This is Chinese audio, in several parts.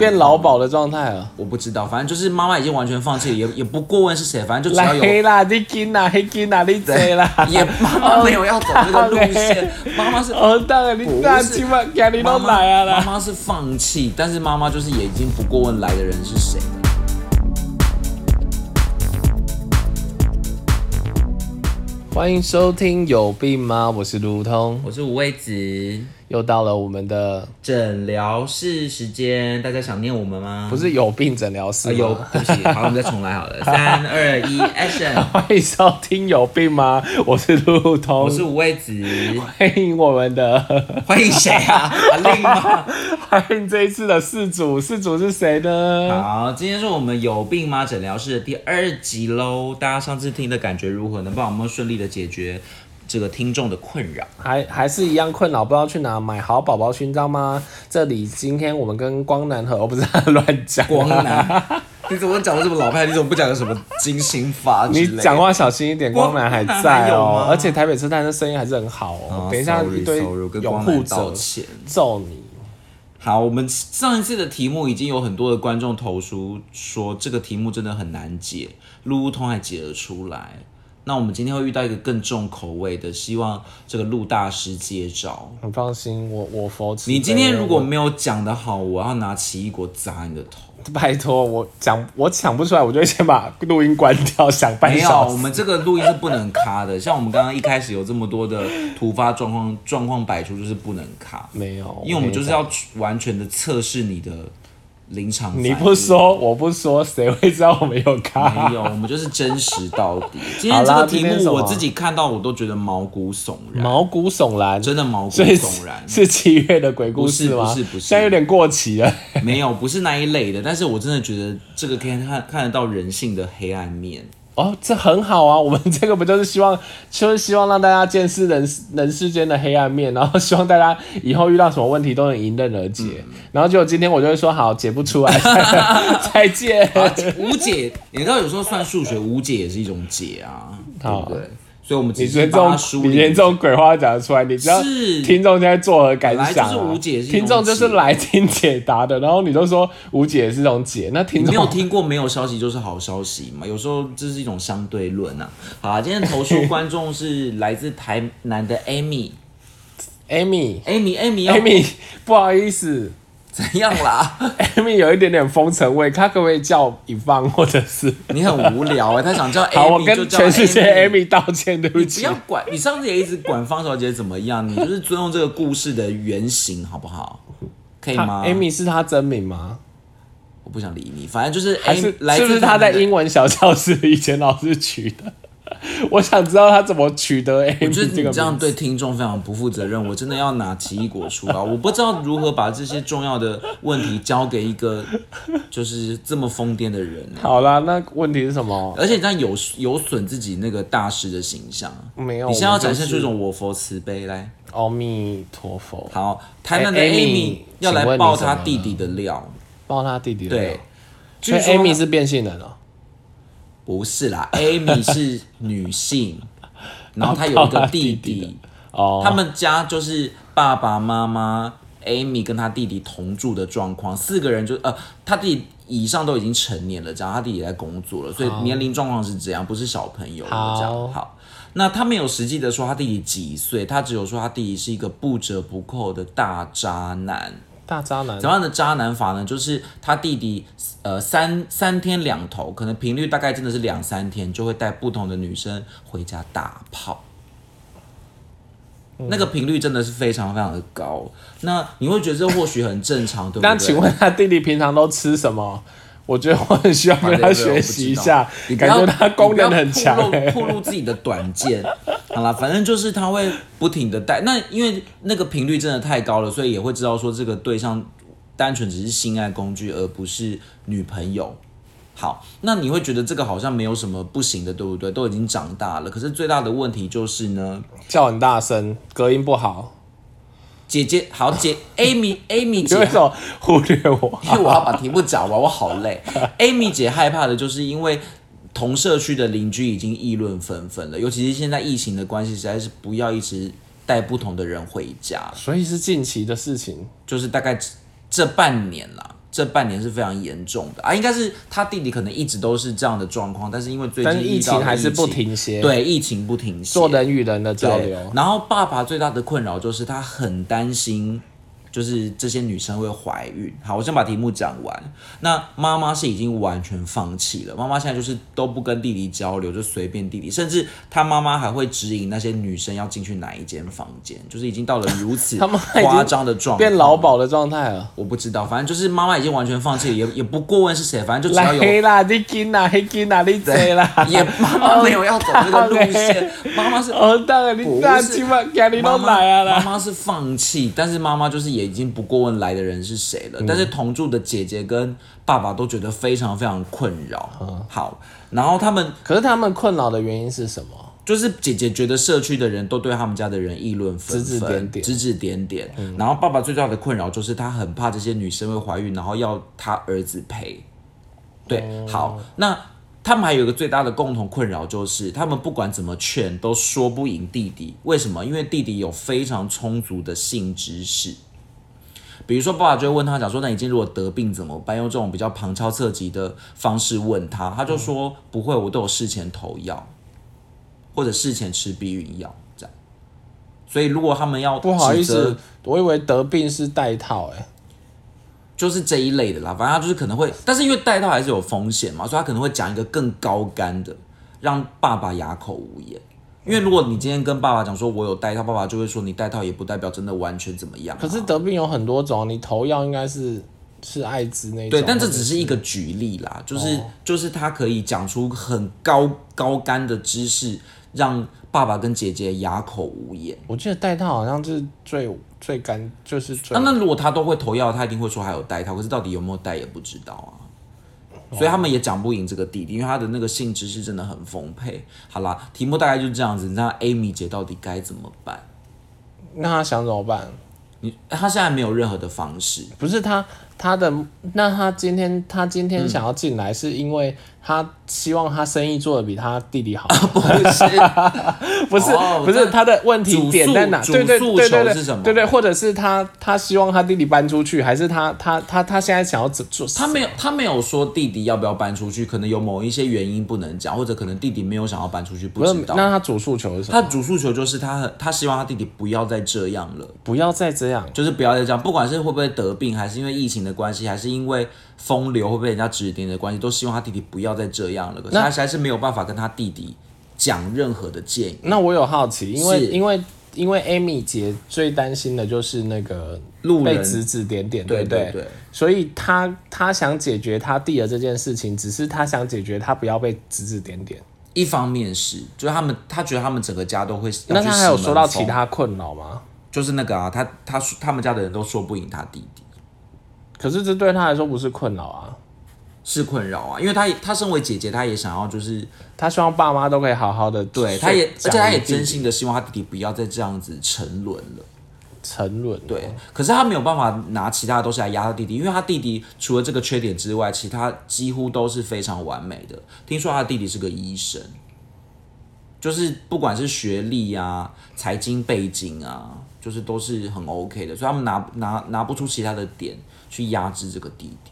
变劳保的状态啊了。我不知道，反正就是妈妈已经完全放弃了，也也不过问是谁，反正就只要来有黑啦，你紧啦，黑紧啦，你贼啦，也 妈妈没有要走这个路 线，妈妈是哦，当然你大起码家里都来啊妈啦。妈是放弃，但是妈妈就是也已经不过问来的人是谁了。欢迎收听有病吗？我是卢通，我是五味子，又到了我们的诊疗室时间，大家想念我们吗？不是有病诊疗室啊，吗有，对不起，好，我们再重来 好了，三二一，action！欢迎收听有病吗？我是卢通，我是五 味子，欢迎我们的，欢迎谁啊？阿令吗？欢迎这一次的事主，事主是谁呢？好，今天是我们有病吗诊疗室的第二集喽。大家上次听的感觉如何？能帮我们顺利的解决这个听众的困 扰？还还是一样困扰，不知道去哪买好宝宝勋章吗？这里今天我们跟光南和，哦我不是 乱讲，啊光南，你怎么讲的这么老派？你怎么不讲个什么金星法之类你的？讲啊话小心一点，光光南还南还在有哦吗，而且台北车站的声音还是很好哦。啊等一下 sorry，一堆 sorry，我跟拥光护南道者歉。揍你，好，我们上一次的题目已经有很多的观众投诉说这个题目真的很难解，路路通还解得出来。那我们今天会遇到一个更重口味的，希望这个陆大师接招。你放心，我我佛慈悲。你今天如果我没有讲得好，我要拿奇异果砸你的头。 拜托我讲我抢不出来，我就会先把录音关掉，想半没有，小我时。们这个录音是不能卡的。像我们刚刚一开始有这么多的突发状况，状况百出就是不能卡，没有，因为我们就是跟要完全的测试你的临场反你应。讲你不说，我不说，谁会知道我们有没卡？有，我们就是真实到 底。今天好这啦个今题天什目么我自己看到我都觉得毛骨悚然，毛骨悚然，真的毛骨所以是悚然。是七月的鬼故事吗？不是不是不是现在有点过期了。没有，不是那一类的，但是我真的觉得这个可以看看得到人性的黑暗面。哦，这很好啊！我们这个不就是希望，就是希望让大家见识人人世间的黑暗面，然后希望大家以后遇到什么问题都能迎刃而解。嗯然后结果今天我就会说好，解不出来，再见。啊无解，你知道有时候算数学无解也是一种解啊，对好不对？所以我们你只是 连这把它种梳你连理这。种鬼话讲得出来，你知道是听众现在作何感想、啊？本来就是无解是一种听众就是解来听解答的，然后你都说无解是一种解，那听你没有众听过没有消息就是好消息嘛？有时候这是一种相对论啊。好啊，今天投诉观众是来自台南的 Amy，Amy，Amy Amy 要 Amy 不好意思怎样啦？ ，Amy 有一点点风尘味，她可不可以叫以方或者是？你很无聊哎、他想叫 Amy 好，我就跟叫全世界 Amy。 Amy 道歉，对不你不起要。管，你上次也一直管方小姐怎么样，你就是尊重这个故事的原型，好不好？可以她吗 Amy 是她真名吗？我不想理你，反正就是还是 Amy 来是不自是她在们的英文小教室里以前老师取的？ 我想知道她怎么取得我觉 Amy 得这你个这样名字。对听众非常不负责任，我真的要拿奇异果出来。我不知道如何把这些重要的问题交给一个就是这么疯癫的人、欸，好啦，那问题是什么？而且你这样有有损自己那个大师的形象。啊没有，你现在要展现我们出一就是种我佛慈悲来。阿弥陀佛，好，台南的哎 Amy Amy，要请来问爆你怎么他了弟弟的料，帮他弟弟的料对。，所以据说 Amy 是变性人哦。不是啦？Amy 是女性，然后她 有一哦爆个弟她弟弟弟。他哦，们家就是爸爸妈妈、Amy 跟他弟弟同住的状况，四个人就呃，他弟弟以上都已经成年了，这样他弟弟在工作了，所以年龄状况是这样，不是小朋友了这好样。好，那他没有实际的说他弟弟几岁，他只有说他弟弟是一个不折不扣的大渣男。大渣男怎么样的渣男法呢？就是他弟弟，呃，三三天两头，可能频率大概真的是两三天，就会带不同的女生回家打炮。嗯那个频率真的是非常非常的高，那你会觉得这或许很正常，对不对？那请问他弟弟平常都吃什么？我觉得我很 需要跟他学习一下你，不感要觉他功能很强你不要欸暴露暴露自己的短见。好啦，反正就是他会不停的带，那因为那个频率真的太高了，所以也会知道说这个对象单纯只是性爱工具，而不是女朋友。好，那你会觉得这个好像没有什么不行的，对不对？都已经长大了，可是最大的问题就是呢，叫很大声，隔音不好。姐姐好姐 Amy 你 Amy 为姐什么忽略我？因为我要把题目讲完，我 好累。Amy 姐害怕的就是因为同社区的邻居已经议论纷纷了，尤其是现在疫情的关系，实在是不要一直带不同的人回家，所以是近期的事情。就是大概这半年啦，这半年是非常严重的啊，应该是他弟弟可能一直都是这样的状况，但是因为最近但是遇疫到情了还是不疫情停歇，，对，疫情不停歇，做人与人的交对流，。然后爸爸最大的困扰就是他很担心，就是这些女生会怀孕。好，我先把题目讲完。那妈妈是已经完全放弃了，妈妈现在就是都不跟弟弟交流，就随便弟弟，甚至他妈妈还会指引那些女生要进去哪一间房间，就是已经到了如此 他妈已经夸张的状况，变劳保的状态了。我不知道，反正就是妈妈已经完全放弃了，也也不过问是谁，反正就只要来有黑啦，你啊紧啦，黑紧啦，你贼啦，也妈妈没有要走这个路 线，妈妈是哦，当然你大起码家里都来啊妈啦。妈是放弃，但是妈妈就是也已经不过问来的人是谁嗯了。但是同住的姐姐跟爸爸都觉得非常非常困扰。嗯好，然后他们可是他们困扰的原因是什么？就是姐姐觉得社区的人都对他们家的人议论纷纷，指指点点嗯指指点点。然后爸爸最大的困扰就是他很怕这些女生会怀孕，然后要他儿子陪。对，哦好，那他们还有一个最大的共同困扰就是，他们不管怎么劝都说不赢弟弟。为什么？因为弟弟有非常充足的性知识。比如说，爸爸就会问他讲说：“那你今天如果得病怎么办？”用这种比较旁敲侧击的方式问他，他就说：“不会，我都有事前投药，或者事前吃避孕药这样。”所以，如果他们要不好意指责思，我以为得病是带套哎、就是这一类的啦，反正他就是可能会，但是因为带套还是有风险嘛，所以他可能会讲一个更高干的，让爸爸哑口无言。因为如果你今天跟爸爸讲说我有带套，爸爸就会说你带套也不代表真的完全怎么样啊、可是得病有很多种，你头药应该是是艾滋那一种。对，但这或者只是哦一个举例啦，就是、就是他可以讲出很高高干的知识，让爸爸跟姐姐哑口无言。我记得带套好像是最最干，就是最、那那如果他都会投药，他一定会说还有带套，可是到底有没有带也不知道啊。所以他们也讲不赢这个弟弟，因为他的那个性知识真的很丰沛。好啦，题目大概就这样子，你知道 Amy 姐到底该怎么办？那他想怎么办？你她现在没有任何的方式，不是他他的，那他今天他今天想要进来，是因为他希望他生意做的比他弟弟好，啊不 是不是、哦不是但他的问题主点在诉哪？主对对诉对求对是什么对对对，或者是他他希望他弟弟搬出去，还是他他他他现在想要怎做？他没有他没有说弟弟要不要搬出去，可能有某一些原因不能讲，或者可能弟弟没有想要搬出去，不不是知道。那他主诉求是什么？他的主诉求就是他很他希望他弟弟不要再这样了。不要再这样，就是不要再这样，不管是会不会得病，还是因为疫情的关系，还是因为风流会被人家指点的关系，都希望他弟弟不要再这样了。可是那他还是没有办法跟他弟弟讲任何的建议。那我有好奇，因为是因为因为 Amy 姐最担心的就是那个路人被指指点点，对不对对，所以她她想解决她弟的这件事情，只是她想解决她不要被指指点点。一方面是，就是他们，他觉得他们整个家都会。那她还有说到其要去洗门风，他困扰吗？就是那个啊，他他他们家的人都说不赢他弟弟，可是这对她来说不是困扰啊，是困扰啊，因为他他身为姐姐，他也想要就是她希望爸妈都可以好好的，对，他也而且他也真真心的希望他弟弟不要再这样子沉沦了。沉沦，对，可是他没有办法拿其他的东西来压他弟弟，因为他弟弟除了这个缺点之外，其他几乎都是非常完美的。听说他弟弟是个医生，就是不管是学历啊、财经背景啊，就是都是很 OK 的，所以他们拿拿拿不出其他的点去压制这个弟弟。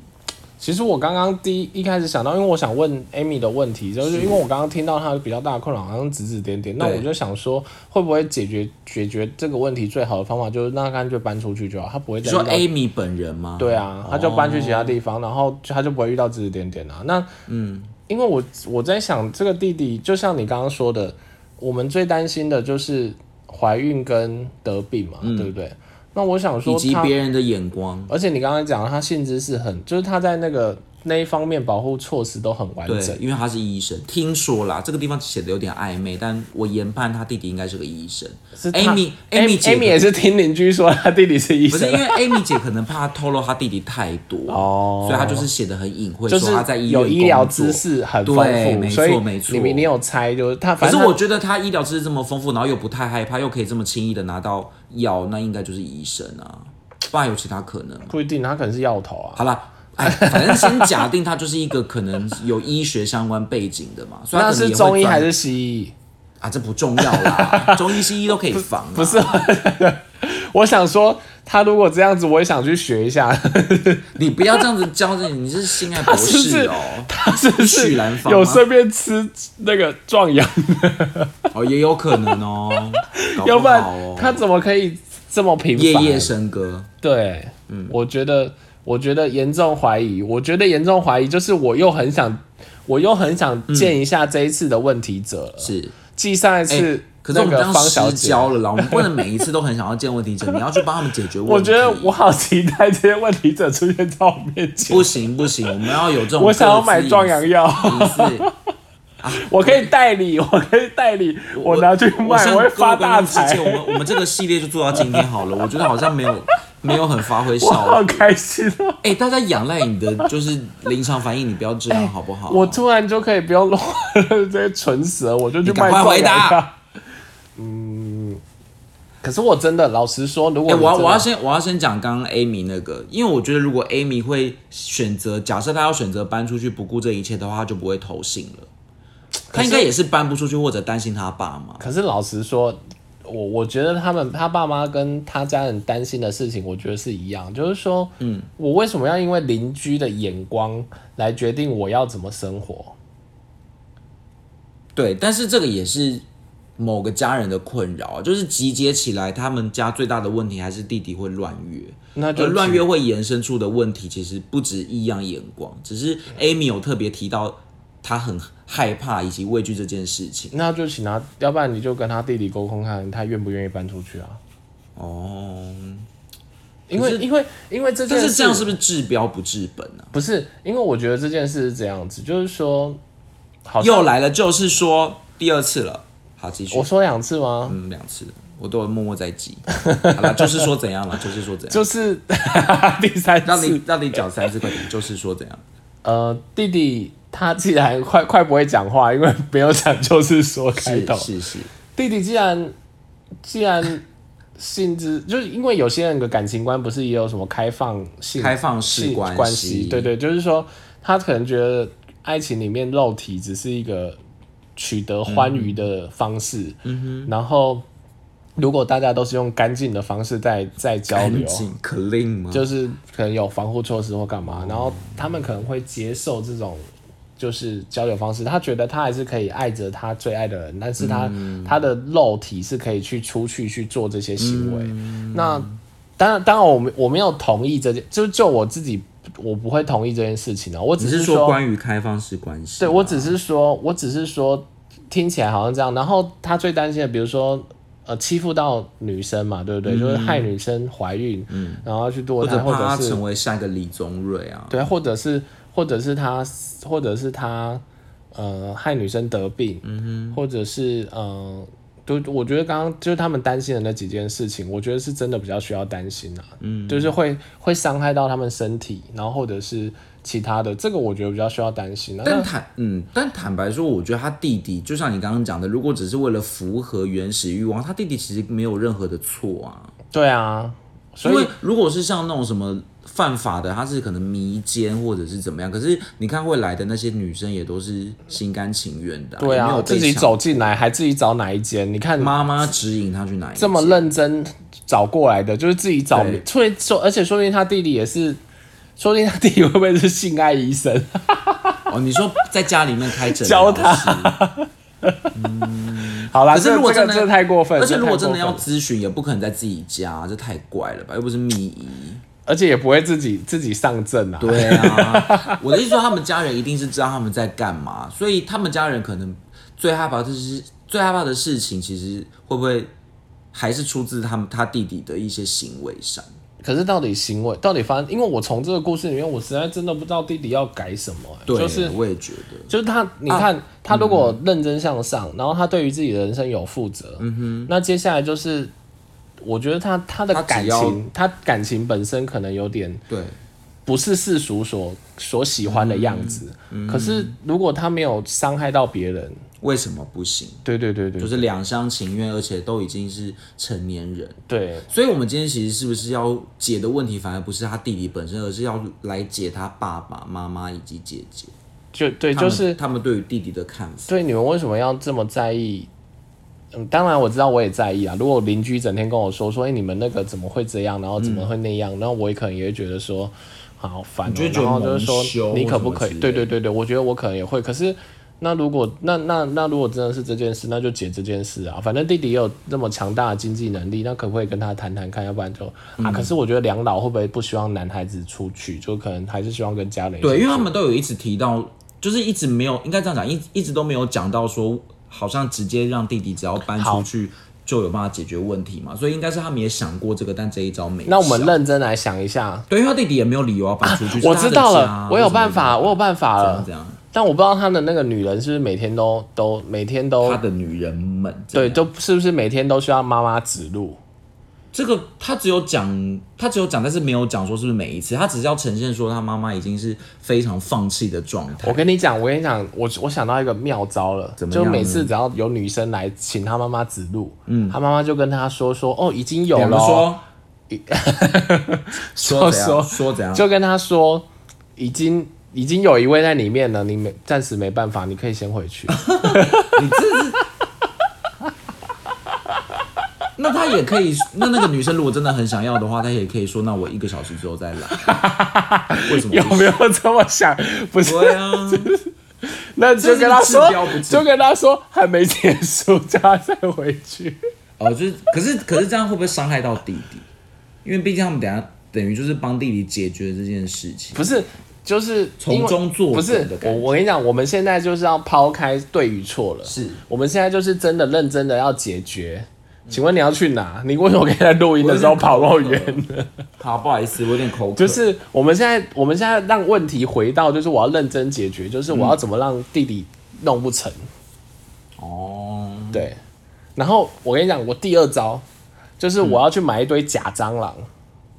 其实我刚刚第一一开始想到，因为我想问 Amy 的问题，就是因为我刚刚听到她比较大的困扰，好像指指点点，那对我就想说，会不会解决解决这个问题最好的方法就是那干脆搬出去就好，她不会你再遇说哦到。 Amy 本人吗？对啊，她就搬去其他地方，然后她就不会遇到指指点点啊。那嗯，因为我我在想，这个弟弟就像你刚刚说的，我们最担心的就是怀孕跟得病嘛，对不对？那我想说嗯以他，及别人的眼光，而且你刚刚讲他性知识很，就是他在那个 那一方面保护措施都很完对整，，因为他是医生，听说啦，这个地方写的有点暧昧，但我研判他弟弟应该是个医生。是他 Amy Amy 姐 Amy 也是听邻居说他弟弟是医不是生因，为 Amy 姐可能怕透露她弟弟太多，哦所以她就是写的很隐晦，就说是她在医院有医疗工作知。识很对丰富，没所以错没错你你有猜就是他，可反是正我他觉得她医疗知识这么丰富，然后又不太害怕，又可以这么轻易的拿到药，那应该就是医生啊，不然有其他可能吗？不一定，他可能是药头啊。好啦，哎，反正先假定她就是一个可能有医学相关背景的嘛，所以 她那可是能也会中医钻还是西医？ 啊？这不重要啦，中医西医都可以防、啊。不是，我想说他如果这样子，我也想去学一下。你不要这样子教着你，你是性爱博是不士是哦。 他是不是去兰芳吗有顺便吃那个壮阳？哦，也有可能 哦，搞要不不然好哦他怎么可以这么频夜繁？夜笙歌，对，嗯，我觉得，我觉得严重怀疑，我觉得严重怀疑就是我又很想，我又很想见一下这一次的问题者了。是。继、上一哎次可是那我们个当方小失姐，焦了啦，我们不能每一次都很想要见问 题者，你要去帮他们解决问题。我觉得我好期待这些问题者出现在我面前。不行不行，我们要有这种我想要各自买壮阳药，隐私。我可以代理，我可以代理，我拿去卖，像我会发各位大观众之财前。我们我们这个系列就做到今天好了，我觉得好像没有没有很发挥我好效果。开心 哦！哎、大家仰赖你的就是临场反应，你不要这样好不好？哎我突然就可以不用弄这些唇舌，我就去你赶卖快壮回答阳药。嗯，可是我真的老实说，如果哎、你我要真的我要先我要先讲刚刚 Amy 那个，因为我觉得如果 Amy 会选择，假设她要选择搬出去不顾这一切的话，她就不会投信了。她应该也是搬不出去，或者担心她爸妈。可是老实说，我我觉得他们他爸妈跟他家人担心的事情，我觉得是一样，就是说，嗯，我为什么要因为邻居的眼光来决定我要怎么生活？对，但是这个也是某个家人的困扰，啊就是集结起来，他们家最大的问题还是弟弟会乱约。那就而乱请约会延伸出的问题，其实不止异样眼光，只是 Amy 有特别提到她很害怕以及畏惧这件事情。那就请他，要不然你就跟他弟弟沟通看，他愿不愿意搬出去啊？哦，因为因为因为这件但事是这样是不是治标不治本啊呢、不是？因为我觉得这件事是这样子，就是说，好像又来了，就是说第二次了。好，继续我。说两次吗？嗯，两次，我都有默默在记。好了，就是说怎样了，就是说怎 样。就是第三让次你，让你讲三次，快点，就是 说怎样。呃，弟弟他既然快快不会讲话，因为没有讲就是说开是头。是是，弟弟既然既然性质，就是因为有些人的感情观不是也有什么开放性开放式性关系关对对，就是说他可能觉得爱情里面肉体只是一个取得欢愉的方式，嗯、然后如果大家都是用干净的方式在在交流干，净 clean 吗？就是可能有防护措施或干嘛，然后他们可能会接受这种就是交流方式，他觉得他还是可以爱着他最爱的人，但是他、嗯他的肉体是可以去出去去做这些行为。嗯那当然，当然我没我没有同意这件，就就我自己我不会同意这件事情啊，我只你是说说关于开放式关系？对，我只是说，我只是说，听起来好像这样。然后他最担心的，比如说，呃，欺负到女生嘛，对不对？就是害女生怀孕，嗯，然后去嗯或堕胎，者或怕他是成为下一个李宗瑞啊？对，或者是或者是他，或者是他，呃，害女生得病，嗯或者是呃，就我觉得刚刚就是他们担心的那几件事情，我觉得是真的比较需要担心啊，嗯，就是会会伤害到他们身体，然后或者是其他的，这个我觉得比较需要担心啊。那但坦嗯，但坦白说，我觉得他弟弟就像你刚刚讲的，如果只是为了符合原始欲望，他弟弟其实没有任何的错啊。对啊，所因以为如果是像那种什么犯法的，他是可能迷奸或者是怎么样，可是你看会来的那些女生也都是心甘情愿的、对也没啊有，被自己强走进来还自己找哪一间？你看妈妈指引他去哪一这么间认真找过来的，就是自己找对，所以说，而且说不定他弟弟也是，说不定他弟弟会不会是性爱医生？哦，你说在家里面开诊教疗他室 好啦，可是这如果这个真的这个太过分， 而且这如太果过真 的要分了，咨询，也不可能在自己家，这太怪了吧？又不是密仪。而且也不会自己自己上阵啊。对啊，我的意思说，他们家人一定是知道他们在干嘛， 所以他们家人可能最害怕的是最害怕的事情，其实会不会还是出自他们他弟弟的一些行为上？可是到底行为到底发生？因为我从这个故事里面，我实在真的不知道弟弟要改什么、欸对，就是我也觉得，就是他，你看、他如果认真向上，然后他对于自己的人生有负责，嗯哼，那接下来就是，我觉得他他的他只感要情，他感情本身可能有点对，不是世俗所所喜欢的样子，可是如果他没有伤害到别人，为什么不行？对对对对，就是两厢情愿，而且都已经是成年人，对所以我们今天其实是不是要解的问题，反而不是他弟弟本身，而是要来解他爸爸妈妈以及姐姐，就对，他就们是他们对于弟弟的看法。对你们为什么要这么在意嗯，当然我知道我也在意啊。如果邻居整天跟我说说，哎、你们那个怎么会这样，然后怎么会那样，然后我也可能也会觉得说，好烦、哦嗯你就会觉得然后就是蒙羞说，你可不可什以？么之类对的对对对，我觉得我可能也会。可是那如果那那那如果真的是这件事，那就解这件事啊。反正弟弟也有那么强大的经济能力，那可不可以跟他谈谈看？要不然就嗯啊，可是我觉得两老会不会不希望男孩子出去，就可能还是希望跟家人一起对，因为他们都有一直提到，就是一直没有，应该这样讲，一一直都没有讲到说，好像直接让弟弟只要搬出好去就有办法解决问题嘛，所以应该是他们也想过这个，但这一招没效。那我们认真来想一下，对，因为他弟弟也没有理由要搬出去。我是知他的道家啊了，我有为什么办法，我有办法这样了这。样，但我不知道他的那个女人是不是每天都都每天都他的女人们这哦对，样都是不是每天都需要妈妈指路？这个他只有讲，他只有讲，但是没有讲说是不是每一次，他只是要呈现说他妈妈已经是非常放弃的状态我。跟你讲，我跟你讲，我我想到一个妙招了怎，么样就呢每次只要有女生来请她妈妈指路，嗯，她妈妈就跟她说说哦，已经有比了方哦，说，说怎样 说说怎样，就跟她说已经已经有一位在里面了，你没暂时没办法，你可以先回 去。你这是。那他也可以， 那那个女生如果真的很想要的话，她也可以说，那我一个小时之后再 来。为什么有不行？没有这么想？不是，对 啊，那这就是跟她治说标不，治就跟她说还没结束，叫她再回去。哦，就是，可是可是这样会不会伤害到弟弟？因为毕竟他们等下等于就是帮弟弟解决这件事情。不是，就是从因为中作梗不是的感觉我我跟你讲，我们现在就是要抛开对与错了，是我们现在就是真的认真的要解决。请问你要去哪？你为什么可以在录音的时候跑那么远呢？好，不好意思，我有点口渴。就是我们现在，我们现在让问题回到，就是我要认真解决，就是我要怎么让弟弟弄不成。嗯哦，对，然后我跟你讲，我第二招就是嗯我要去买一堆假蟑螂，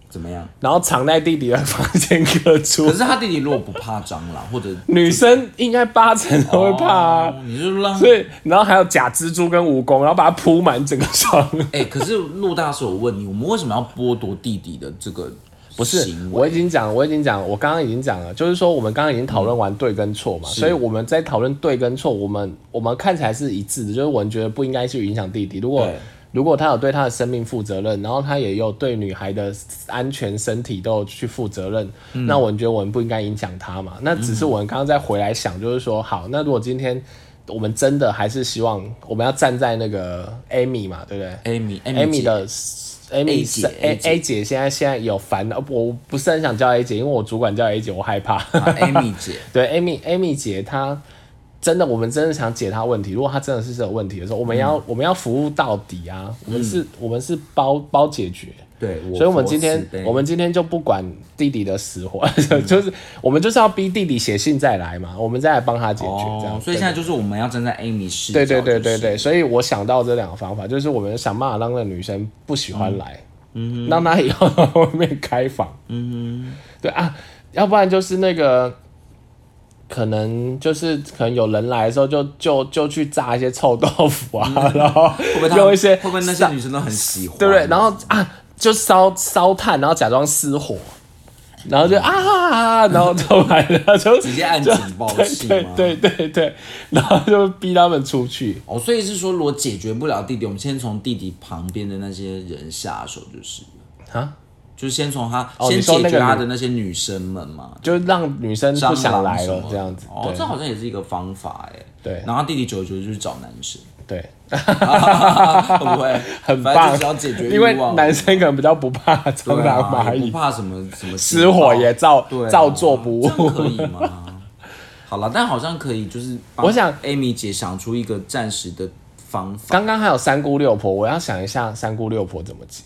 怎么样？然后藏在弟弟的房间各可处是。他弟弟如果不怕蟑螂，或者女生应该八成都 会怕啊。哦你就让所以，然后还有假蜘蛛跟蜈蚣，然后把它铺满整个床。哎、可是陆大师，我问你，我们为什么要剥夺弟弟的这个不是行，为？我已经讲，我已经讲，我刚刚已经讲了，就是说我们刚刚已经讨论完对跟错嘛，所以我们在讨论对跟错，我们我们看起来是一致的，就是我们觉得不应该去影响弟弟。如果对如果他有对他的生命负责任，然后他也有对女孩的安全、身体都有去负责任，嗯那我们觉得我们不应该影响他嘛。那只是我们刚刚再回来想，就是说，好，那如果今天我们真的还是希望我们要站在那个 Amy 嘛，对不对？ Amy Amy 姐的 Amy 姐是 A A 姐 A 姐现在现在有烦恼，我不是很想叫 A 姐，因为我主管叫 A 姐，我害怕。啊 Amy 姐，对 Amy Amy 姐她真的，我们真的想解她问题。如果她真的是这有问题的时候，我们嗯要、我们要服务到底啊！我们是、我们是包包解决。对，所以，我们今天佛慈悲我们今天就不管弟弟的死活，嗯就是我们就是要逼弟弟写信再来嘛，我们再来帮他解决、这哦样。，所以现在就是我们要站在 Amy 视角、对就是，对对对对，所以我想到这两个方法，就是我们想办法让那个女生不喜欢来，嗯，让她以后 到外面开房，嗯对啊，要不然就是那个，可能就是可能有人来的时候就就就去炸一些臭豆腐啊， 然后嗯会不会他用一些会不会那些烧女生都很喜欢？对不对？然后啊，就烧烧炭，然后假装失火，然后就啊啊，啊啊然后就来了，就嗯直接按警报器对吗？对对对，然后就逼他们出去。哦，所以是说，如果解决不了弟弟，我们先从弟弟旁边的那些人下手，就是啊，就是先从他、哦先你说解那决个他女的那些女生们嘛，就让女生不想来蟑了螂这样子什。么的哦，这好像也是一个方法哎。对然后弟弟久而久之就去找男 生，对会不会很反正棒就只要解决，欲因为望男生可能比较不怕蟑对螂、啊蚂也不蚁，怕什么什么失火也照对啊照做不误这。样可以吗？ 好了，但好像可以，就是帮我想 Amy 姐想出一个暂时的方法。刚刚还有三姑六婆，我要想一下三姑六婆怎么解。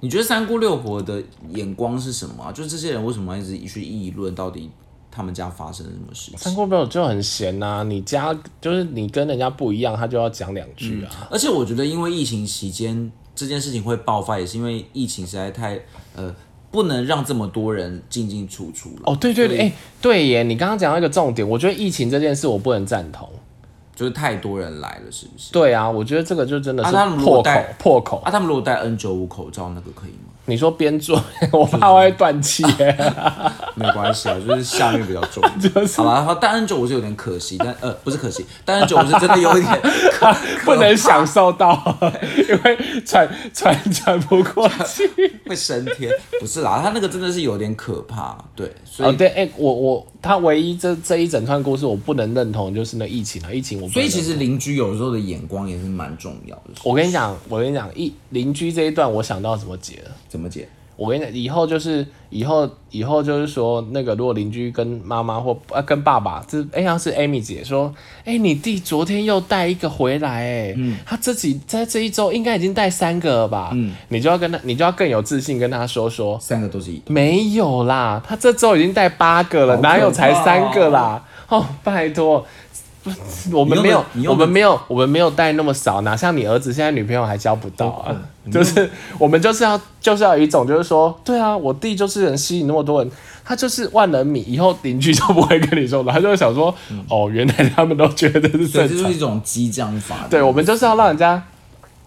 你觉得三姑六婆的眼光是什么啊、就是这些人为什么要一直去议论到底他们家发生了什么事三情？姑六婆就很闲呐、你家就是你跟人家不一样，她就要讲两句啊。而且我觉得，因为疫情期间这件事情会爆发，也是因为疫情实在太呃，不能让这么多人进进出出了。哦，对对对，所哎、以对耶，你刚刚讲到一个重点，我觉得疫情这件事我不能赞同。就是太多人来了，是不是？对啊，我觉得这个就真的是啊他们如果破口、带破口。啊，他们如果戴 N 九五口罩，那个可以吗？你说边做， 我怕我会断气耶。 没关系啊，就是下面比较 重。就是好啦，好，单人酒我是有点可惜，但呃不是可惜，单人酒我是真的有 一点可不能享可受 到，因为喘喘喘不过气。怕会升天，不是啦，他那个真的是有点可怕，对，所 以、哦，对，哎、我我他唯一这这一整串故事我不能认同就是那疫情啊，疫情我不能所以其认实邻居有时候的眼光也是蛮重要的，同我跟你讲，我跟你讲，一邻居这一段我想到怎么解了。怎么解？我跟你讲，以后就是以后以后就是说，那个如果邻居跟妈妈或呃跟爸爸，这哎像是 Amy 姐说，哎、你弟昨天又带一个回来、哎、嗯他这几在这一周应该已经带三个了吧，嗯，你就要跟他，你就要更有自信跟他说说，三个都是一，没有啦，他这周已经带八个了，好可怕哦哪有才三个啦？哦，拜托，不我们没有你用我的你，用的们没有，我们没有带那么少，哪像你儿子现在女朋友还交不到啊？哦 就是我们就是要就是要有一种就是说，对啊，我弟就是能吸引那么多人，他就是万人迷，以后邻居就不会跟你说了，他就会想说，哦，原来他们都觉得是所正常以这嗯就。是一种激将法。对，我们就是要让人家，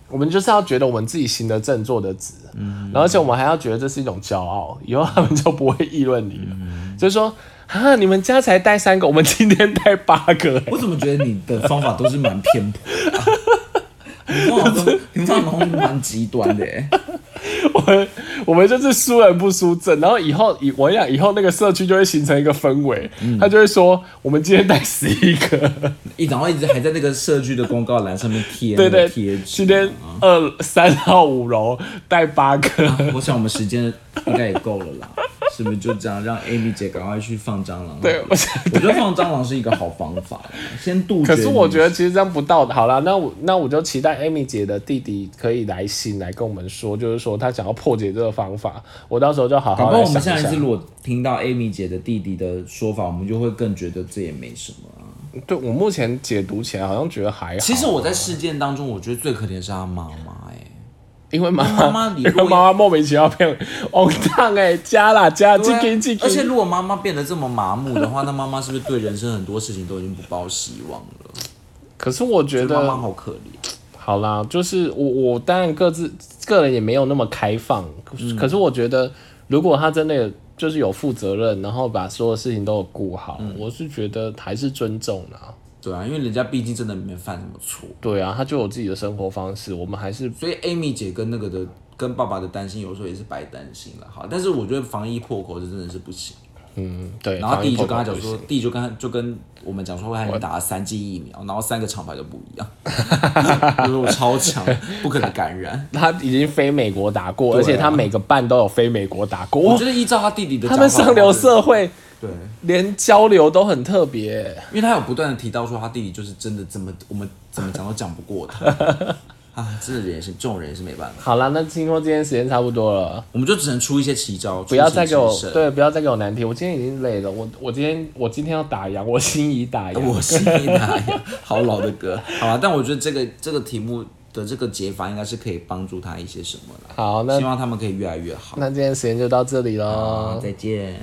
我们就是要觉得我们自己行得正，坐得直，嗯，而且我们还要觉得这是一种骄傲，以后他们就不会议论你了，嗯就是说啊，你们家才带三个，我们今天带八个、欸我怎么觉得你的方法都是蛮偏颇的啊、 你方法都，你方法都蛮极端的耶。我们我们就是输人不输阵，然后以后以我想以后那个社区就会形成一个氛围，嗯他就会说我们今天带十一个， 一然后一直还在那个社区的公告栏上面贴对那对个贴，纸啊今。天二三号五楼带八个， 我想我们时间应该也够了啦，是不是就这样让 Amy 姐赶快去放蟑螂？对我想我觉得放蟑螂是一个好方法，先杜可绝。是我觉得其实这样不道德。好啦，那我那我就期待 Amy 姐的弟弟可以来信来跟我们说，就是说他想要破解这个方法，我到时候就好搞好不好来我想们一下下一。次如果听到 Amy 姐的弟弟的说法，我们就会更觉得这也没什么啊。对我目前解读起来好像觉得还好，其实我在事件当中，我觉得最可怜是他妈妈、哎，因为妈妈妈因你为妈妈莫名其妙变哦，烫哎，加啦加，对进啊进进，而且如果妈妈变得这么麻木的话，那妈妈是不是对人生很多事情都已经不抱希望了？可是我觉妈妈得好可怜，好啦，就是我我当然各自个人也没有那么开放，可是可是我觉得如果他真的就是有负责任，然后把所有事情都有顾好，我是觉得还是尊重啦、对啊，因为人家毕竟真的没犯什么错，对啊，他就有自己的生活方式，我们还是所以 Amy 姐跟那个的跟爸爸的担心，有时候也是白担心了哈。但是我觉得防疫破口这真的是不行。嗯对。然后弟弟就跟他防疫讲破口说，弟弟就跟他就跟我们讲说，会喊你打三剂疫苗，然后三个厂牌都不 一样，就是我超强，不可能感染。他已经飞美国打过，对而啊且他每个班都有飞美国打过。我哇觉得依照他弟弟的他讲法们的话，上流社会对，连交流都很特别，因为他有不断的提到说，他弟弟就是真的怎么我们怎么讲都讲不 过他啊，这人也是这种人也是没办法，好啦，那听说今天时间差不多了，我们就只能出一些奇招，不要出再一些给我奇胜。对，不要再给我难题。我今天已经累了，我我今天我今天要打烊，我心已打烊。 我是一哪呀？好老的歌，好吧，但我觉得这个这个题目的这个解法应该是可以帮助他一些什么啦。好，那希望他们可以越来越好。那今天时间就到这里喽。好，再见。